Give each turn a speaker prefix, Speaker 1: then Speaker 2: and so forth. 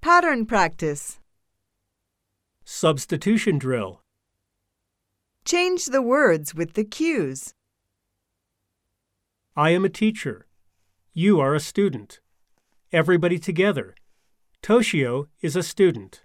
Speaker 1: Pattern practice.
Speaker 2: Substitution drill.
Speaker 1: Change the words with the cues.
Speaker 2: I am a teacher. You are a student. Everybody together. Toshio is a student.